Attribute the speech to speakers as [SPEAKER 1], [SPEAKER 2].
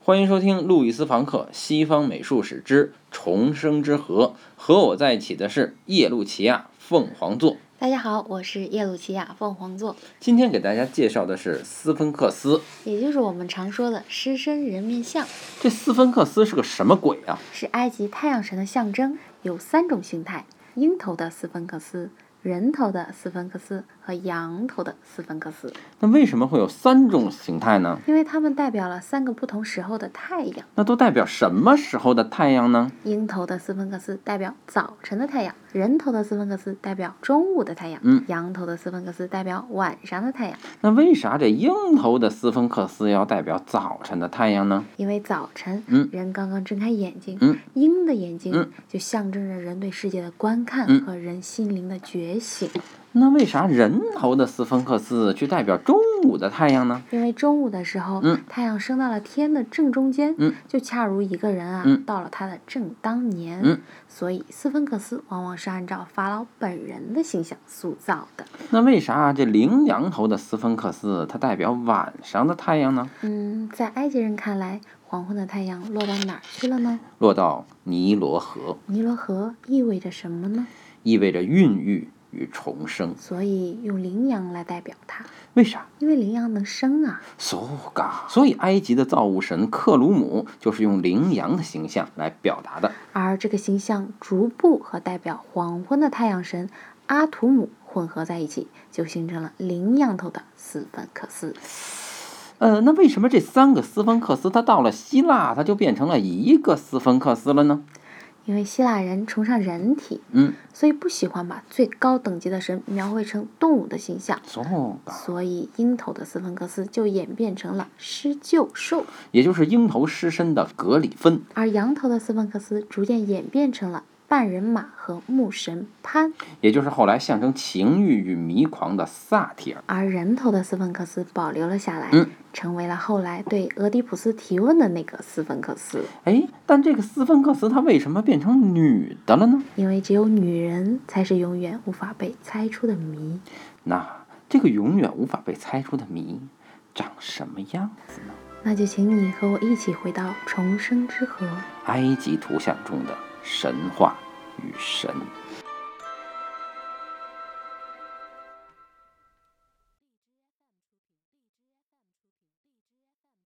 [SPEAKER 1] 欢迎收听《路易斯·房克：西方美术史之重生之河》，和我在一起的是耶路齐亚凤凰座。
[SPEAKER 2] 大家好，我是耶鲁奇亚凤凰座，
[SPEAKER 1] 今天给大家介绍的是斯芬克斯。
[SPEAKER 2] 也就是我们常说的狮身人面像，
[SPEAKER 1] 这斯芬克斯是个什么鬼啊？
[SPEAKER 2] 是埃及太阳神的象征，有三种形态：鹰头的斯芬克斯、人头的斯芬克斯和羊头的斯芬克斯，
[SPEAKER 1] 那为什么会有三种形态呢？
[SPEAKER 2] 因为它们代表了三个不同时候的太阳。
[SPEAKER 1] 那都代表什么时候的太阳呢？
[SPEAKER 2] 鹰头的斯芬克斯代表早晨的太阳，人头的斯芬克斯代表中午的太阳，
[SPEAKER 1] 嗯
[SPEAKER 2] 羊头的斯芬克斯代表晚上的太阳。
[SPEAKER 1] 那为啥这鹰头的斯芬克斯要代表早晨的太阳呢？
[SPEAKER 2] 因为早晨，
[SPEAKER 1] 嗯
[SPEAKER 2] 人刚刚睁开眼睛，
[SPEAKER 1] 嗯
[SPEAKER 2] 鹰的眼睛、
[SPEAKER 1] 嗯
[SPEAKER 2] 就象征着人对世界的观看
[SPEAKER 1] 嗯
[SPEAKER 2] 和人心灵的觉醒。
[SPEAKER 1] 那为啥人头的斯芬克斯去代表中午的太阳呢？
[SPEAKER 2] 因为中午的时候，
[SPEAKER 1] 嗯
[SPEAKER 2] 太阳升到了天的正中间，
[SPEAKER 1] 嗯
[SPEAKER 2] 就恰如一个人啊，
[SPEAKER 1] 嗯
[SPEAKER 2] 到了他的正当年。
[SPEAKER 1] 嗯
[SPEAKER 2] 所以斯芬克斯往往是按照法老本人的形象塑造的。
[SPEAKER 1] 那为啥这羚羊头的斯芬克斯它代表晚上的太阳呢？
[SPEAKER 2] 嗯，在埃及人看来，黄昏的太阳落到哪儿去了呢？
[SPEAKER 1] 落到尼罗河，
[SPEAKER 2] 尼罗河意味着什么呢？
[SPEAKER 1] 意味着孕育与重生。
[SPEAKER 2] 所以用羚羊来代表它，
[SPEAKER 1] 为啥？
[SPEAKER 2] 因为羚羊能生啊。
[SPEAKER 1] 所嘎，所以埃及的造物神克鲁姆就是用羚羊的形象来表达的。
[SPEAKER 2] 而这个形象逐步和代表黄昏的太阳神阿图姆混合在一起，就形成了羚羊头的斯芬克斯。
[SPEAKER 1] 呃，那为什么这三个斯芬克斯它到了希腊，它就变成了一个斯芬克斯了呢？
[SPEAKER 2] 因为希腊人崇尚人体，
[SPEAKER 1] 嗯，
[SPEAKER 2] 所以不喜欢把最高等级的神描绘成动物的形象，
[SPEAKER 1] 所嘎，
[SPEAKER 2] 所以鹰头的斯芬克斯就演变成了狮鹫兽，
[SPEAKER 1] 也就是鹰头狮身的格里芬。
[SPEAKER 2] 而羊头的斯芬克斯逐渐演变成了半人马和牧神潘，
[SPEAKER 1] 也就是后来象征情欲与迷狂的萨提尔。
[SPEAKER 2] 而人头的斯芬克斯保留了下来，
[SPEAKER 1] 嗯
[SPEAKER 2] 成为了后来对俄狄浦斯提问的那个斯芬克斯。
[SPEAKER 1] 哎，但这个斯芬克斯它为什么变成女的了呢？
[SPEAKER 2] 因为只有女人才是永远无法被猜出的谜。
[SPEAKER 1] 那这个永远无法被猜出的谜，长什么样子呢？
[SPEAKER 2] 那就请你和我一起回到重生之河。
[SPEAKER 1] 埃及图像中的神话与神。